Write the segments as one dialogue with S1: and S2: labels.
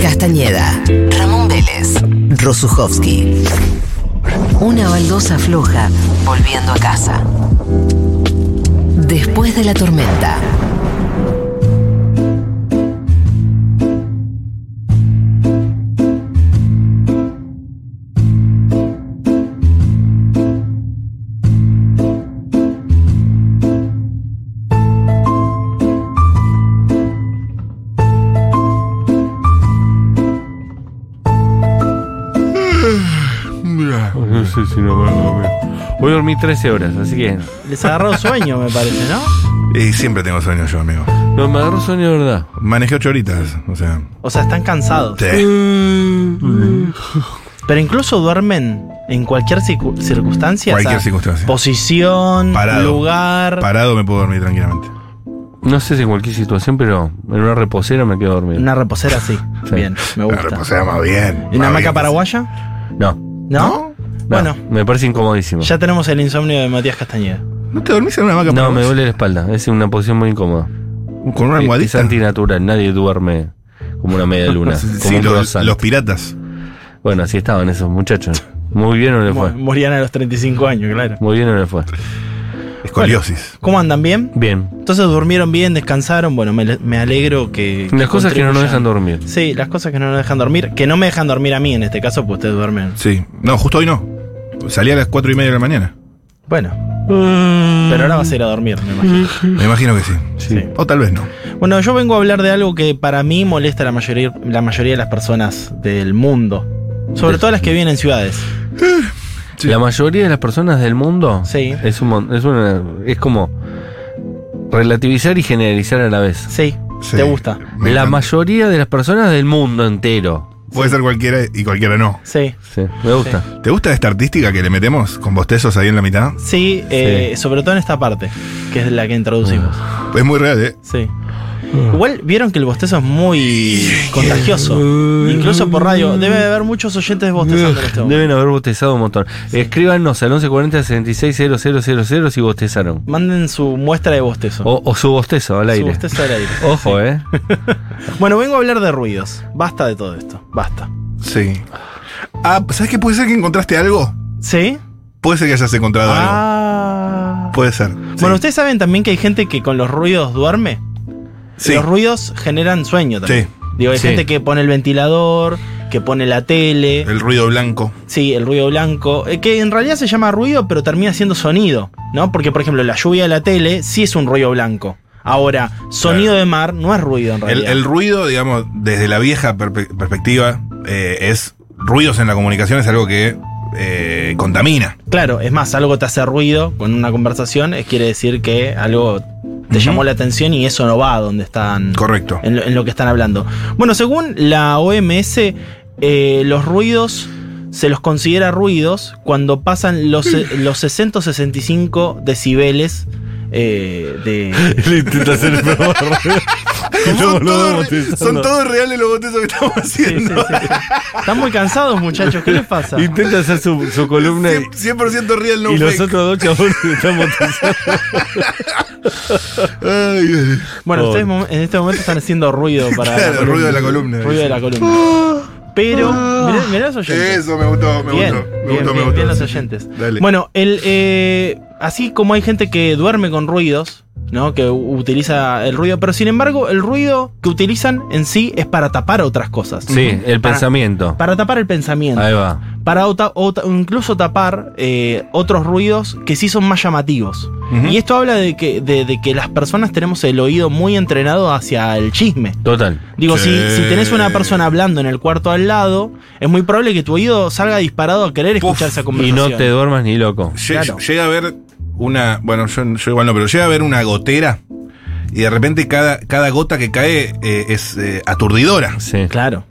S1: Castañeda, Ramón Vélez, Rosuchowski. Una baldosa floja volviendo a casa. Después de la tormenta.
S2: No sé si no voy a dormir. Hoy dormí 13 horas, así que.
S3: Les agarró sueño, me parece, ¿no?
S4: Y siempre tengo sueños yo, amigo.
S2: No, me agarró sueño de verdad.
S4: Manejé ocho horitas, o sea.
S3: O sea, están cansados.
S4: Sí.
S3: Pero incluso duermen en cualquier circu- circunstancia.
S4: Cualquier
S3: o sea,
S4: circunstancia.
S3: Posición,
S4: Parado.
S3: lugar.
S4: Parado me puedo dormir tranquilamente.
S2: No sé si en cualquier situación, pero en una reposera me quedo dormido.
S3: Una reposera así.
S2: Sí.
S3: Bien,
S4: La
S3: me gusta.
S4: reposada más pues, bien.
S3: ¿Y una
S4: más
S3: hamaca
S4: Ah, bien.
S3: paraguaya?
S2: No,
S3: ¿No?
S2: no,
S3: Bueno,
S2: Me parece incomodísimo.
S3: ya tenemos el insomnio de Matías Castañeda.
S4: ¿No te dormís en una hamaca
S2: No, me
S4: paraguaya?
S2: duele la espalda. Es una posición muy incómoda.
S4: Con una
S2: Es- Es
S4: almohadita.
S2: antinatural. Nadie duerme como una media luna.
S4: Sí,
S2: como un
S4: los-
S2: croissant.
S4: los piratas.
S2: Bueno, así estaban esos muchachos. Muy bien no le
S3: Mu-
S2: fue.
S3: Morían a los 35 años, claro.
S2: Muy bien no le fue.
S4: Escoliosis.
S3: ¿Cómo andan? ¿Bien?
S2: Bien.
S3: Entonces durmieron bien, descansaron. Bueno, me, me alegro que.
S2: Las cosas que no nos
S3: contribuyan.
S2: dejan dormir.
S3: Sí, las cosas que no nos dejan dormir. Que no me dejan dormir a mí en este caso, pues ustedes duermen.
S4: Sí. No, justo hoy no. Salí a las cuatro y media de la mañana.
S3: Bueno. Pero ahora vas a ir a dormir, me imagino.
S4: Me imagino que sí.
S3: Sí.
S4: O tal vez no.
S3: Bueno, yo vengo a hablar de algo que para mí molesta a la mayoría, la mayoría de las personas del mundo. Sobre todo las que viven en ciudades.
S4: Sí.
S2: La mayoría de las personas del mundo
S3: Sí.
S2: es un mon- es una es como relativizar y generalizar a la vez.
S3: Sí,
S4: Sí.
S3: te gusta.
S4: Me
S2: la
S4: encanta.
S2: mayoría de las personas del mundo entero.
S4: Puede ser cualquiera y cualquiera no.
S3: Sí.
S2: Sí, me gusta.
S4: ¿Te gusta esta artística que le metemos con bostezos ahí en la mitad?
S3: Sí, eh, sobre todo en esta parte, que es la que introducimos.
S4: Es muy real, ¿eh?
S3: Sí. Igual vieron que el bostezo es muy contagioso. Incluso por radio. Debe de haber muchos oyentes bostezando en este momento.
S2: Deben haber bostezado un montón. Escríbanos al 1140 660000 si bostezaron.
S3: Manden su muestra de bostezo.
S2: O, o su bostezo al
S3: Su
S2: aire.
S3: bostezo al aire.
S2: Ojo, ¿eh?
S3: Bueno, vengo a hablar de ruidos. Basta de todo esto. Basta.
S4: Sí. Ah, ¿sabes qué? Puede ser que encontraste algo.
S3: ¿Sí?
S4: Puede ser que hayas encontrado algo.
S3: Ah.
S4: Puede ser.
S3: Bueno,
S4: Sí.
S3: ¿ustedes saben también que hay gente que con los ruidos duerme?
S4: Sí.
S3: Los ruidos generan sueño también.
S4: Sí.
S3: Digo, hay
S2: Sí.
S3: gente que pone el ventilador, que pone la tele,
S4: El ruido blanco.
S3: sí, el ruido blanco, eh, que en realidad se llama ruido, pero termina siendo sonido, ¿no? Porque, por ejemplo, la lluvia de la tele sí es un ruido blanco. Ahora, sonido
S4: Claro.
S3: de mar no es ruido en
S4: El,
S3: realidad.
S4: el ruido, digamos, desde la vieja perpe- perspectiva, eh, es ruidos en la comunicación es algo que eh, contamina.
S3: Claro, es más, algo te hace ruido con una conversación, eh, quiere decir que algo te
S4: Ujú.
S3: llamó la atención y eso no va a donde están.
S4: Correcto.
S3: en lo, en lo que están hablando. Bueno, según la OMS, eh, los ruidos se los considera ruidos cuando pasan los,
S4: Mm.
S3: se- los 60 o 65 decibeles eh, de...
S2: Le intenta hacer el favor.
S4: Son,
S2: lo
S4: todos,
S2: bostezando.
S4: son todos reales los botezos que estamos
S3: Sí, sí,
S4: haciendo.
S3: sí, sí. Están muy cansados, muchachos. ¿Qué les pasa?
S2: Intenta hacer su, su columna y-
S4: 100%, real, no
S2: y los
S4: fake.
S2: otros dos chabones están bostezando.
S4: Ay, ay.
S2: Pobre.
S3: Bueno, ustedes mo- en este momento están haciendo ruido para.
S4: Claro, ruido de la columna. Ah.
S3: Ruido de la columna. Pero, mirá, mirá los oyentes.
S4: Eso me gustó, me
S3: Ah. bien,
S4: gustó. Me
S3: bien,
S4: gustó, me
S3: bien,
S4: gustó.
S3: bien los oyentes.
S4: Dale.
S3: Bueno, el, eh, así como hay gente que duerme con ruidos, ¿no? Que u- utiliza el ruido, pero sin embargo, el ruido que utilizan en sí es para tapar otras cosas.
S2: Sí, el
S3: Para-
S2: pensamiento.
S3: Para tapar el pensamiento.
S2: Ahí va.
S3: Para ota- ota- incluso tapar eh, otros ruidos que sí son más llamativos.
S4: Ujú.
S3: Y esto habla de que, de- de que las personas tenemos el oído muy entrenado hacia el chisme.
S2: Total.
S3: Digo,
S4: Sí.
S3: si, si tenés una persona hablando en el cuarto al lado, es muy probable que tu oído salga disparado a querer escuchar
S4: Puf,
S3: esa
S2: Y
S3: conversación.
S2: no te duermas ni loco.
S4: Lle-
S3: Claro.
S4: Llega a ver una. Bueno, yo, yo igual no, pero llega a ver una gotera y de repente cada, cada gota que cae eh, es eh, aturdidora.
S2: Sí.
S3: Claro.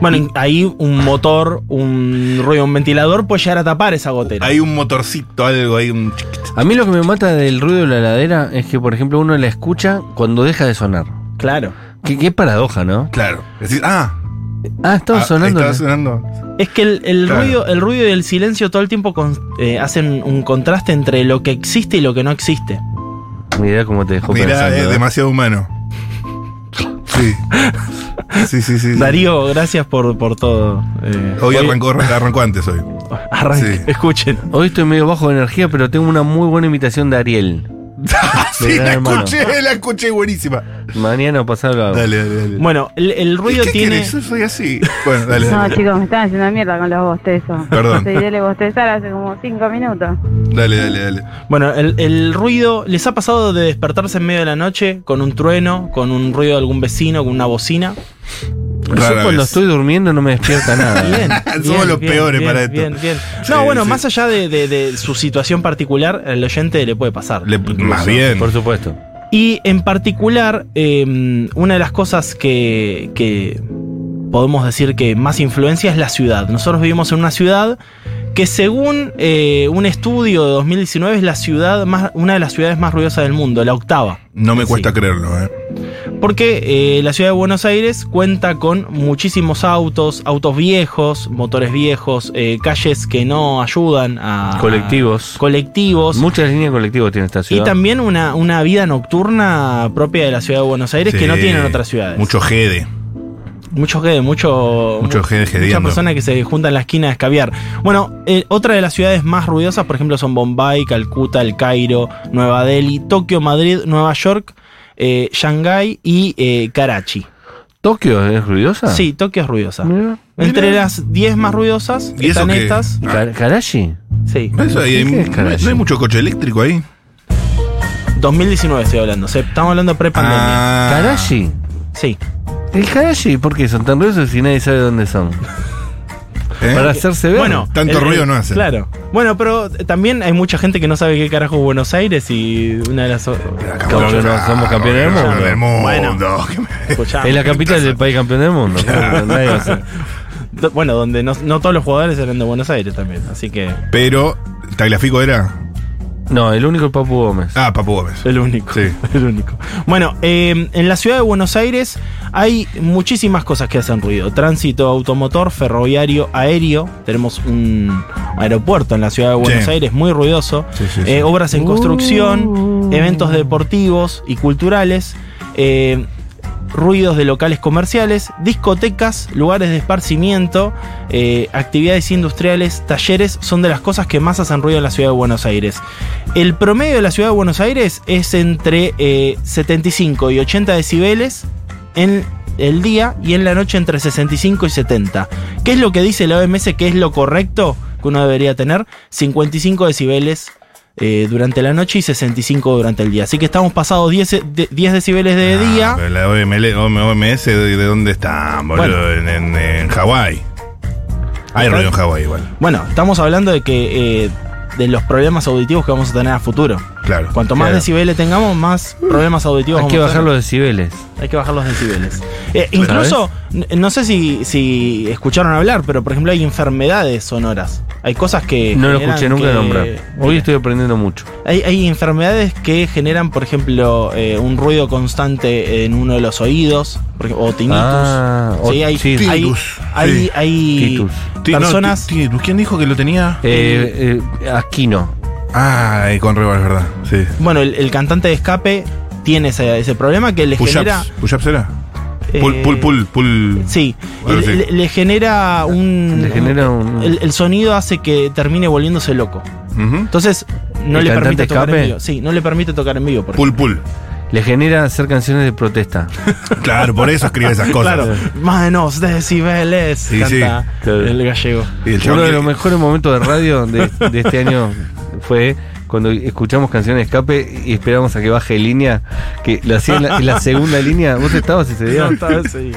S3: Bueno, in- ahí un motor, un ruido, un ventilador puede llegar a tapar esa gotera.
S4: Hay un motorcito, algo, hay un.
S2: A mí lo que me mata del ruido de la heladera es que, por ejemplo, uno la escucha cuando deja de sonar.
S3: Claro.
S2: Qué, qué paradoja, ¿no?
S4: Claro. Decís, ah,
S2: Ah, estaba
S4: ah,
S2: sonando.
S4: Estaba sonando.
S3: Es que el, el
S4: Claro.
S3: ruido, el ruido y el silencio todo el tiempo con- eh, hacen un contraste entre lo que existe y lo que no existe.
S2: Mirá cómo te dejó
S4: Mirá, eh,
S2: pensando.
S4: es
S2: ¿eh?
S4: demasiado humano. Sí. Sí, sí, sí. sí.
S3: Darío, gracias por, por todo. Eh,
S4: Hoy arrancó, arrancó antes hoy.
S3: arranque,
S4: sí.
S3: escuchen.
S2: Hoy estoy medio bajo de energía, pero tengo una muy buena imitación de Ariel.
S4: Ah, sí,
S2: Gran
S4: la
S2: hermano.
S4: escuché, la escuché buenísima.
S2: Mañana o pasado lo hago.
S4: Dale, dale, dale.
S3: Bueno, el, el ruido
S4: ¿Qué
S3: tiene.
S4: querés? Yo soy así. Bueno, dale.
S5: No,
S4: dale.
S5: chicos, me están haciendo mierda con los bostezos.
S4: Perdón.
S5: Se dele bostezar hace como cinco minutos.
S4: Dale, dale, dale.
S3: Bueno, el, el ruido. ¿Les ha pasado de despertarse en medio de la noche con un trueno, con un ruido de algún vecino, con una bocina?
S2: Yo
S4: Rara
S2: cuando
S4: vez.
S2: estoy durmiendo no me despierta nada.
S3: Bien.
S4: Somos los peores para esto.
S3: Bien, bien.
S4: Sí,
S3: No, bueno,
S4: sí.
S3: más allá de, de- de su situación particular, al oyente le puede pasar.
S4: Le-
S3: incluso.
S4: más bien.
S2: Por supuesto.
S3: Y en particular, eh, una de las cosas que, que podemos decir que más influencia es la ciudad. Nosotros vivimos en una ciudad que según eh, un estudio de 2019 es la ciudad más, una de las ciudades más ruidosas del mundo, la octava.
S4: No me
S3: Sí.
S4: cuesta creerlo, ¿eh?
S3: Porque eh, la ciudad de Buenos Aires cuenta con muchísimos autos, autos viejos, motores viejos, eh, calles que no ayudan a...
S2: Colectivos.
S3: Colectivos.
S2: Muchas líneas colectivas tiene esta
S3: Ah, y
S2: ciudad.
S3: también una, una vida nocturna propia de la ciudad de Buenos Aires que
S4: Sí.
S3: no tienen otras ciudades.
S4: Mucho jede.
S3: Mucho que, mucho.
S4: Mucho gente
S3: Muchas
S4: jediendo.
S3: personas que se juntan en la esquina a escabiar. Bueno, eh, otra de las ciudades más ruidosas, por ejemplo, son Bombay, Calcuta, El Cairo, Nueva Delhi, Tokio, Madrid, Nueva York, eh, Shanghái y eh, Karachi.
S2: ¿Tokio es ruidosa?
S3: Sí, Tokio es ruidosa.
S2: Ah. Mira.
S3: Entre las 10 más ruidosas
S4: ¿Y eso
S3: están
S4: qué?
S3: estas.
S2: Car- Karachi.
S3: Sí.
S4: Eso ahí,
S2: ¿Qué
S4: hay-
S2: es,
S4: ¿No
S2: carajo?
S4: hay mucho coche eléctrico ahí?
S3: 2019 estoy hablando. o sea, estamos hablando pre-pandemia.
S4: Ah.
S2: ¿Karachi?
S3: Sí.
S2: ¿El Karachi? ¿Por qué son tan ruidosos si nadie sabe dónde son?
S4: ¿Eh?
S2: Para hacerse ver.
S3: Bueno,
S4: Tanto ruido no hace.
S3: Claro. Bueno, pero eh, también hay mucha gente que no sabe qué carajo es Buenos Aires y una de las. o-
S2: Como que no somos campeones del mundo.
S4: Del mundo.
S3: Bueno.
S4: que me-
S3: Escuchame.
S2: Es la capital del país campeón del mundo. Nadie va a saber.
S3: Do- Bueno, donde no, no todos los jugadores eran de Buenos Aires también, así que
S4: Pero, ¿Tagliafico era?
S2: No, el único es Papu Gómez.
S4: Ah, Papu Gómez.
S3: el único.
S4: Sí.
S3: El único. Bueno, eh, en la ciudad de Buenos Aires hay muchísimas cosas que hacen ruido. Tránsito, automotor, ferroviario, aéreo. Tenemos un aeropuerto en la ciudad de Buenos
S4: Sí.
S3: Aires muy ruidoso.
S4: Sí, sí, sí.
S3: Eh, obras en construcción, eventos deportivos y culturales, eh, ruidos de locales comerciales, discotecas, lugares de esparcimiento, eh, actividades industriales, talleres, son de las cosas que más hacen ruido en la ciudad de Buenos Aires. El promedio de la ciudad de Buenos Aires es entre eh, 75 y 80 decibeles en el día y en la noche entre 65 y 70. ¿Qué es lo que dice la OMS que es lo correcto que uno debería tener? 55 decibeles eh, durante la noche y 65 durante el día. Así que estamos pasados 10, e- de- 10 decibeles de
S4: Ah,
S3: día.
S4: pero la OML, OMS, ¿de de dónde están, boludo? En, en- en Hawái. Hay
S3: Está-
S4: ruido en Hawái igual,
S3: Bueno, estamos hablando de que eh, de los problemas auditivos que vamos a tener a futuro.
S4: claro.
S3: Cuanto más
S2: Claro.
S3: decibeles tengamos, más problemas auditivos
S2: Hay que
S3: vamos a
S2: bajar
S3: tener.
S2: los decibeles.
S3: Hay que bajar los decibeles. Eh, incluso, n- no sé si, si escucharon hablar, pero por ejemplo hay enfermedades sonoras. Hay cosas que.
S2: No lo
S3: generan
S2: escuché nunca
S3: que-
S2: nombrar. Hoy estoy aprendiendo mucho.
S3: Hay, hay enfermedades que generan, por ejemplo, eh, un ruido constante en uno de los oídos, por ejemplo, o tinnitus.
S2: Ah, o-
S3: Sí, hay,
S2: sí.
S3: hay,
S4: Tinnitus,
S3: hay-
S4: sí.
S3: hay
S2: Tinnitus.
S4: Ti- no,
S3: personas.
S4: ti- ti- ¿Quién dijo que lo tenía?
S2: Eh, eh, Aquino.
S4: Ah, con Reba, es verdad. Sí.
S3: bueno, el, el cantante de escape tiene ese, ese problema que le genera.
S4: Push-ups. ¿Push-ups era? Pull,
S3: eh,
S4: pull, pull, pull.
S3: Sí,
S4: Algo
S3: le,
S4: así.
S3: le- le genera un.
S2: Le genera un-
S3: El, el sonido hace que termine volviéndose loco.
S4: Ujú.
S3: Entonces, no
S2: ¿El
S3: le
S2: cantante
S3: permite tocar en
S2: escape?
S3: vivo. Sí, no le permite tocar en vivo. por
S4: Pull, pull.
S2: Le genera hacer canciones de protesta.
S4: Claro, por eso escribe esas cosas.
S3: Claro, manos decibeles,
S4: Sí,
S3: canta
S2: sí.
S3: el gallego.
S4: Y el chabón
S2: Uno de
S4: que-
S2: los mejores momentos de radio de, de este año fue cuando escuchamos canciones de escape y esperamos a que baje de línea, que lo hacía en la, en la segunda línea. ¿Vos estabas ese día?
S3: No, estaba así.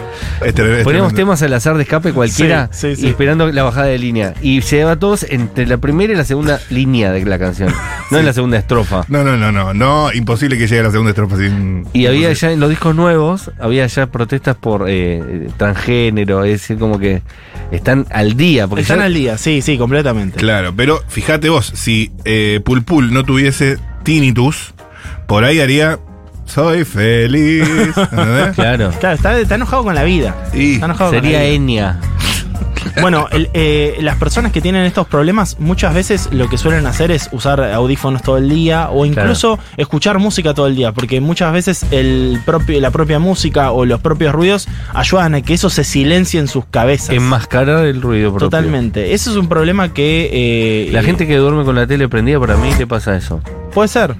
S4: este- este-
S2: Poníamos temas al azar de escape cualquiera
S3: Sí, sí, sí.
S2: y esperando la bajada de línea. Y se daba todos entre la primera y la segunda línea de la canción, no en la segunda estrofa.
S4: No, no, no, no. No, imposible que llegue a la segunda estrofa sin.
S2: Y había
S4: imposible.
S2: ya en los discos nuevos, había ya protestas por eh, transgénero, es decir, como que están al día. Porque
S3: Están
S2: ya-
S3: al día, sí, sí, completamente.
S4: Claro, pero fíjate vos, si eh, Pul Pul no tuviese tinnitus, por ahí haría Soy feliz. ¿entendés?
S2: Claro.
S3: Claro, Ah, está, está enojado con la vida.
S4: Y
S3: Está enojado con la
S2: Sería
S3: vida.
S2: Enya.
S3: Bueno, el- eh, las personas que tienen estos problemas muchas veces lo que suelen hacer es usar audífonos todo el día o incluso escuchar música todo el día, porque muchas veces el propio, la propia música o los propios ruidos ayudan a que eso se silencie en sus cabezas.
S2: Enmascarar el ruido propio.
S3: Totalmente. Eso es un problema que... eh,
S2: La
S3: eh,
S2: gente que duerme con la tele prendida, para mí le pasa eso.
S3: Puede ser.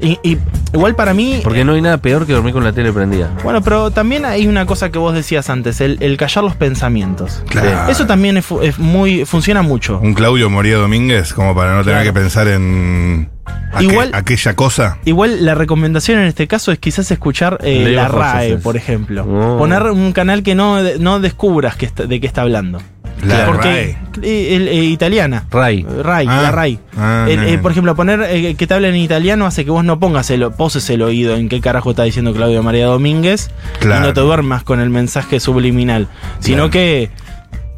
S3: Y, y igual para mí...
S2: Porque no hay nada peor que dormir con la tele prendida.
S3: Bueno, pero también hay una cosa que vos decías antes, el, el callar los pensamientos.
S4: Claro.
S3: Eso también es, fu- es muy funciona mucho.
S4: Un Claudio Moría Domínguez, como para no tener que
S3: Claro.
S4: pensar en aqu-
S3: Igual-
S4: aquella cosa.
S3: Igual la recomendación en este caso es quizás escuchar eh,
S2: Leo
S3: la
S2: Fox
S3: RAE,
S2: Assess.
S3: por ejemplo.
S2: Oh.
S3: Poner un canal que no, no descubras que está- de qué está hablando.
S4: La
S3: Porque
S4: RAE.
S3: eh, el- eh, italiana.
S2: Ray.
S3: RAI,
S4: Ah.
S3: la RAI.
S4: Ah,
S3: El-
S4: no,
S3: eh,
S4: no.
S3: por ejemplo, poner eh, que te hablen en italiano hace que vos no pongas el, poses el oído en qué carajo está diciendo Claudio María Domínguez
S4: Claro.
S3: y no te duermas con el mensaje subliminal, sino
S4: Claro.
S3: que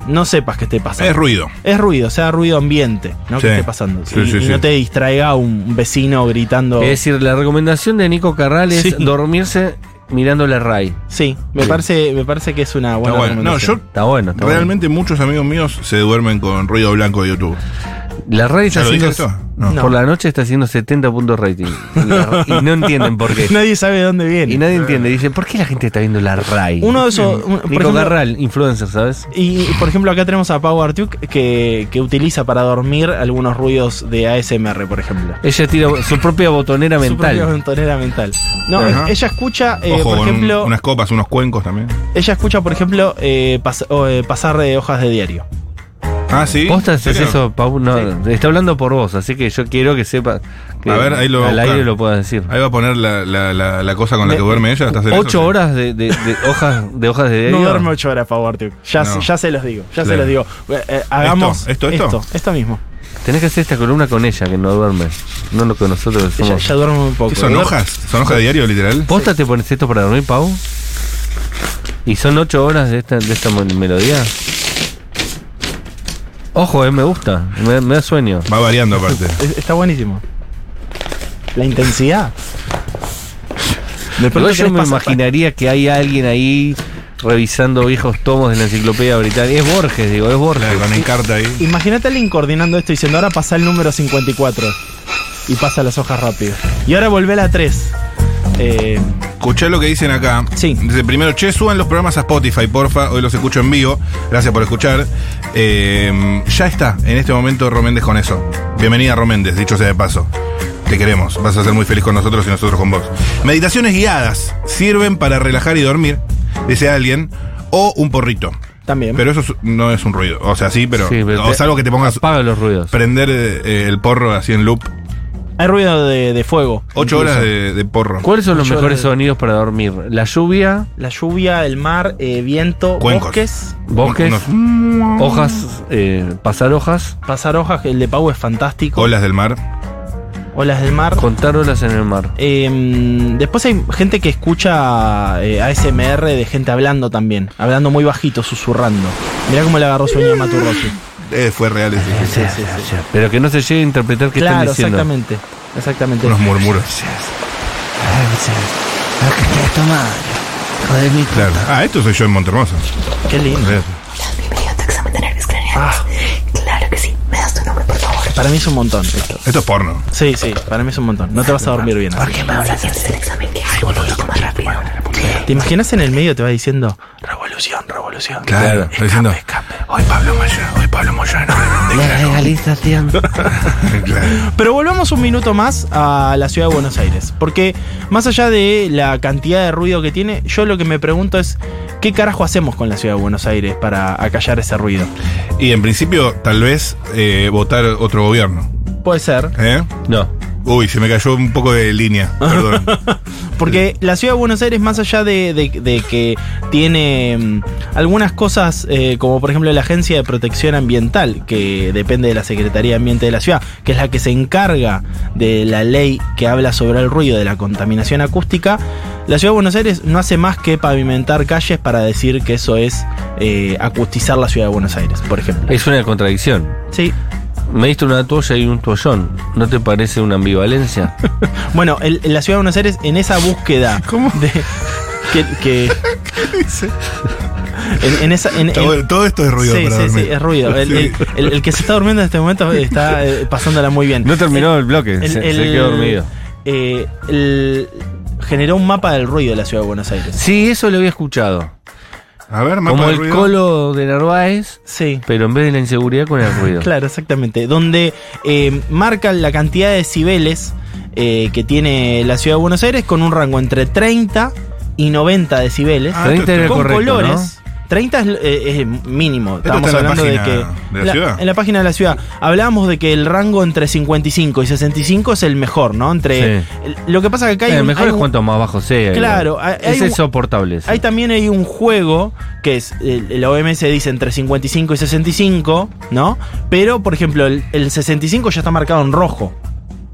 S3: no sepas qué esté pasando.
S4: Es ruido.
S3: Es ruido, o sea, ruido ambiente, ¿no?
S4: Sí.
S3: Que esté pasando.
S4: Sí,
S3: y,
S4: sí,
S3: y
S4: sí.
S3: no te distraiga un vecino gritando.
S2: Es decir, la recomendación de Nico Carral es
S3: Sí.
S2: dormirse mirando la Ray.
S3: Sí, me
S2: Sí.
S3: parece, me parece que es una
S4: Está
S3: buena
S4: bueno. No, yo
S3: recomendación.
S2: Está bueno, está
S4: realmente muchos amigos míos se duermen con ruido blanco de YouTube.
S2: bueno. La Ray está
S4: ¿Ya lo
S2: haciendo.
S4: dije esto? No.
S3: No.
S2: Por la noche está haciendo 70 puntos rating. La- y no entienden por qué.
S3: Nadie sabe de dónde viene.
S2: Y nadie entiende. Dice, ¿por qué la gente está viendo la RAI?
S3: Uno de esos. un- por
S2: Nico
S3: ejemplo,
S2: Carral, influencer, ¿sabes?
S3: y por ejemplo, acá tenemos a Pau Artiuk que, que utiliza para dormir algunos ruidos de ASMR, por ejemplo.
S2: Ella tira su propia botonera
S3: Su
S2: mental.
S3: propia ventonera mental. No,
S4: Ajá.
S3: ella escucha, eh,
S4: Ojo,
S3: por
S4: con
S3: ejemplo,
S4: unas copas, unos cuencos también.
S3: ella escucha, por ejemplo, eh, pas- o, eh, pasar de hojas de diario.
S4: Ah, sí.
S2: ¿Posta haces
S4: ¿Serio?
S2: eso, Pau? No, Está hablando por vos, así que yo quiero que sepa que
S4: A ver, ahí lo voy a
S2: al
S4: buscar.
S2: aire lo puedas decir.
S4: Ahí va a poner la, la- la- la cosa con la
S3: Me-
S4: que duerme ella. ¿Estás en eso?
S2: Ocho horas de, de- de hojas de hojas de
S3: No
S2: diario.
S3: duerme ocho horas, Pau Artiuk. Ya,
S4: No.
S3: ya se los digo, ya se
S4: Claro.
S3: los digo. Eh, eh, hagamos
S4: ¿Esto? ¿Esto? ¿Esto?
S3: esto mismo.
S2: Tenés que hacer esta columna con ella, que no duerme. No lo que nosotros que
S3: Ella
S2: somos.
S3: ya duerme un poco.
S4: ¿Qué son
S3: Duer-
S4: hojas? ¿Son hojas de diario, literal?
S2: ¿Posta te pones esto para dormir, Pau? ¿Y son ocho horas de esta, de esta mon- melodía? Ojo, eh, me gusta. Me, me da sueño.
S4: Va variando aparte.
S3: Es- Está buenísimo. La intensidad. De pronto
S2: Igual yo
S3: querés
S2: me
S3: pasar-
S2: imaginaría que hay alguien ahí revisando viejos tomos de la enciclopedia británica. Es Borges, digo, es Borges.
S4: Claro, con encarta ahí.
S3: Imagínate a alguien coordinando esto diciendo ahora pasa el número 54 y pasa las hojas rápido. Y ahora volvé a la 3. Eh,
S4: Escuchá lo que dicen acá.
S3: Sí.
S4: Dice primero, che, suban los programas a Spotify, porfa. Hoy los escucho en vivo. Gracias por escuchar. Eh, ya está, en este momento Roméndez con eso. Bienvenida Roméndez, dicho sea de paso. Te queremos, vas a ser muy feliz con nosotros y nosotros con vos. Meditaciones guiadas sirven para relajar y dormir, dice alguien, o un porrito.
S3: también.
S4: Pero eso es- no es un ruido. O sea, sí, pero.
S2: Sí, pero
S4: o
S2: te-
S4: salvo que te pongas.
S2: Apaga los ruidos.
S4: Prender eh, el porro así en loop.
S3: Hay ruido de, de fuego.
S4: Ocho
S3: incluso.
S4: horas de, de porro.
S2: ¿Cuáles son los
S3: Yo-
S2: mejores sonidos para dormir? La lluvia,
S3: La lluvia, el mar, eh, viento,
S4: Cuencos.
S3: bosques.
S2: bosques,
S4: Unos-
S2: Mm. hojas, eh, pasar hojas,
S3: Pasar hojas, el de Pau es fantástico.
S4: olas del mar.
S3: Olas del mar.
S2: contar olas en el mar.
S3: Eh, después hay gente que escucha eh, ASMR de gente hablando también, hablando muy bajito, susurrando. Mirá cómo le agarró sueño a Maturrosi.
S4: Eh, fue real ese.
S3: Sí, sí, sí.
S2: Pero que no se llegue a interpretar que están
S3: Claro,
S2: diciendo.
S3: exactamente. Exactamente.
S4: Unos murmuros.
S3: Ah,
S4: Claro. Ah, esto soy yo en Montermoso.
S3: Qué lindo.
S1: Bienvenido a tu examen de nervios craneales. Claro que sí. ¿Me das tu nombre, por favor?
S3: Para mí es un montón esto.
S4: Esto es porno.
S3: Sí, sí, para mí es un montón. No te vas a dormir bien. así.
S1: ¿Qué me hablas antes del examen? Que ay, boludo, como más rápido.
S3: ¿Te imaginas en el medio te va diciendo revolución, revolución?
S4: Claro. Estoy diciendo. Hoy Pablo Moyano, hoy Pablo Moyano.
S1: legalización.
S4: Claro.
S3: Pero volvamos un minuto más a la ciudad de Buenos Aires. Porque más allá de la cantidad de ruido que tiene, yo lo que me pregunto es: ¿qué carajo hacemos con la ciudad de Buenos Aires para acallar ese ruido?
S4: Y en principio, tal vez eh, votar otro gobierno.
S3: Puede ser.
S4: ¿Eh?
S2: No.
S4: Uy, se me cayó un poco de línea. Perdón.
S3: Porque la ciudad de Buenos Aires, más allá de, de- de que tiene mm, algunas cosas, eh, como por ejemplo la Agencia de Protección Ambiental, que depende de la Secretaría de Ambiente de la ciudad, que es la que se encarga de la ley que habla sobre el ruido de la contaminación acústica, la ciudad de Buenos Aires no hace más que pavimentar calles para decir que eso es eh, acustizar la ciudad de Buenos Aires, por ejemplo.
S2: Es una contradicción.
S3: Sí.
S2: Me diste una toalla y un toallón. ¿No te parece una ambivalencia?
S3: Bueno, el- la ciudad de Buenos Aires en esa búsqueda
S4: ¿Cómo?
S3: de que, que- En, en esa, en-
S4: Todo,
S3: en-
S4: todo esto es ruido
S3: sí,
S4: para
S3: sí,
S4: dormir.
S3: sí, es ruido. El, el-
S4: Sí.
S3: el- el que se está durmiendo en este momento está eh, pasándola muy bien.
S2: No terminó el bloque,
S3: El-
S2: se, se
S3: el-
S2: quedó dormido.
S3: eh, el- generó un mapa del ruido de la ciudad de Buenos Aires.
S2: Sí, eso lo había escuchado.
S4: A ver, mapa
S2: Como
S4: de
S2: el
S4: ruido.
S2: colo de Narváez,
S3: Sí.
S2: pero en vez de la inseguridad con el ruido.
S3: Claro, exactamente. Donde eh, marcan la cantidad de decibeles eh, que tiene la ciudad de Buenos Aires con un rango entre 30 y 90 decibeles.
S4: Ah,
S2: 30
S4: esto-
S2: era el
S3: con
S2: correcto, ¿no?
S3: colores. 30 es, eh, es mínimo.
S4: Esto
S3: Estábamos
S4: está en la
S3: hablando de
S4: página
S3: que.
S4: de la ciudad.
S3: En la página de la ciudad. Hablábamos de que el rango entre 55 y 65 es el mejor, ¿no? Entre.
S2: Sí.
S3: el- Lo que pasa que acá hay.
S2: Eh,
S3: un-
S2: mejor
S3: hay
S2: es
S3: un-
S2: cuanto más bajo sea.
S3: Claro, hay- hay
S2: Ese
S3: un-
S2: es soportable. sí.
S3: Ahí también hay un juego que es, el, la OMS dice entre 55 y 65, ¿no? Pero, por ejemplo, el, el 65 ya está marcado en rojo,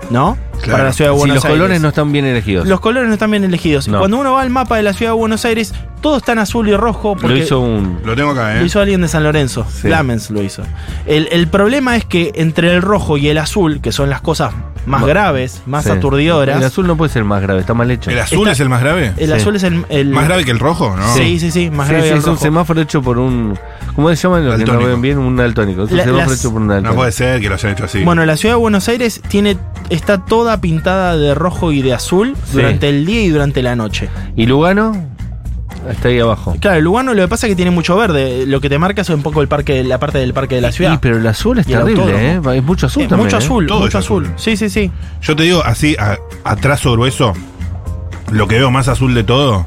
S3: ¿no?
S4: Claro.
S3: Para la ciudad de
S2: si
S3: Buenos
S2: los
S3: Aires.
S2: colores no están bien elegidos.
S3: Los colores no están bien elegidos.
S2: No.
S3: Cuando uno va al mapa de la ciudad de Buenos Aires, todo está en azul y rojo.
S2: Lo
S3: Porque
S2: hizo un.
S4: Lo tengo acá, ¿eh?
S3: lo hizo alguien de San Lorenzo.
S2: Sí.
S3: Lamens lo hizo. El, el problema es que entre el rojo y el azul, que son las cosas más
S2: Ma-
S3: graves, más
S2: Sí.
S3: aturdidoras,
S2: El azul no puede ser más grave, está mal hecho.
S4: ¿El azul
S3: Está-
S4: es el más grave?
S3: el
S2: Sí.
S3: azul es el. el-
S4: ¿Más grave que el rojo? No.
S3: Sí, sí, sí, más
S2: Sí,
S3: grave.
S2: sí,
S3: el
S2: es un
S3: rojo.
S2: semáforo hecho por un. ¿Cómo se llaman los que no
S4: Daltónico.
S2: ven bien? Un altónico. Es un
S3: La-
S2: semáforo
S3: las-
S2: hecho por un
S4: No
S2: daltónico.
S4: puede ser que lo hayan hecho así.
S3: Bueno, la ciudad de Buenos Aires tiene, está toda pintada de rojo y de azul
S2: Sí.
S3: durante el día y durante la noche.
S2: ¿Y Lugano? Está ahí abajo.
S3: Claro, Lugano lo que pasa es que tiene mucho verde. Lo que te marca es un poco el parque, la parte del parque de la ciudad.
S2: Sí, pero el azul es
S3: Y el
S2: terrible, ¿eh? Es mucho azul
S3: Eh,
S2: también.
S3: mucho
S2: ¿eh?
S3: azul,
S4: Todo es
S3: mucho azul.
S4: azul.
S3: Sí, sí, sí.
S4: Yo te digo, así, a, a trazo grueso, lo que veo más azul de todo,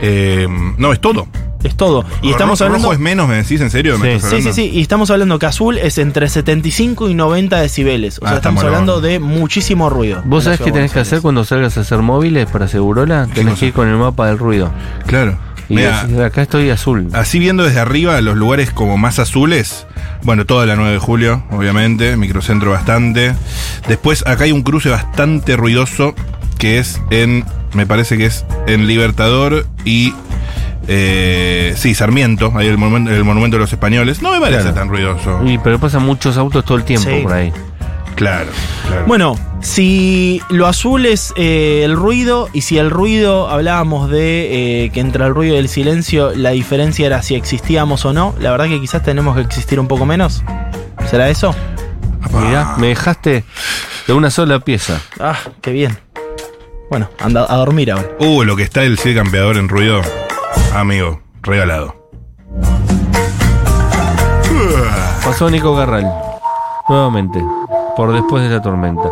S4: eh, no, es todo.
S3: Es todo. Y
S4: Ro-
S3: estamos
S4: rojo
S3: hablando.
S4: es menos, ¿me decís en serio? ¿Me
S2: Sí.
S4: estás
S3: Sí, sí,
S4: hablando?
S3: sí. Y estamos hablando que azul es entre 75 y 90 decibeles. O
S4: Ah,
S3: sea,
S4: está
S3: estamos
S4: muy
S3: hablando
S4: bueno.
S3: de muchísimo ruido.
S2: ¿Vos
S3: en la
S2: sabés qué
S3: ciudad de
S2: tenés que
S3: Buenos
S2: hacer
S3: Aires.
S2: cuando salgas a hacer móviles para Segurola? Tenés
S4: cosa?
S2: que ir con el mapa del ruido.
S4: Claro.
S2: Y
S4: Mira,
S2: decís, acá estoy azul.
S3: Ah.
S4: así viendo desde arriba los lugares como más azules, bueno, toda la 9 de julio, obviamente, microcentro bastante. Después acá hay un cruce bastante ruidoso que es en, me parece que es en Libertador y... eh, sí, Sarmiento, ahí el monumento, el monumento de los españoles. No me parece
S2: Claro.
S4: tan ruidoso.
S2: Y, pero pasan muchos autos todo el tiempo
S3: Sí.
S2: por ahí.
S4: Claro, claro.
S3: Bueno, si lo azul es eh, el ruido y si el ruido hablábamos de eh, que entre el ruido y el silencio la diferencia era si existíamos o no, la verdad que quizás tenemos que existir un poco menos. ¿Será eso?
S4: Apá.
S2: Mirá, me dejaste de una sola pieza.
S3: Ah, qué bien. Bueno, anda a dormir ahora.
S4: Uh, lo que está el Cid Campeador en ruido. Amigo, regalado.
S2: Pasó Nico Garral. Nuevamente. Por después de la tormenta.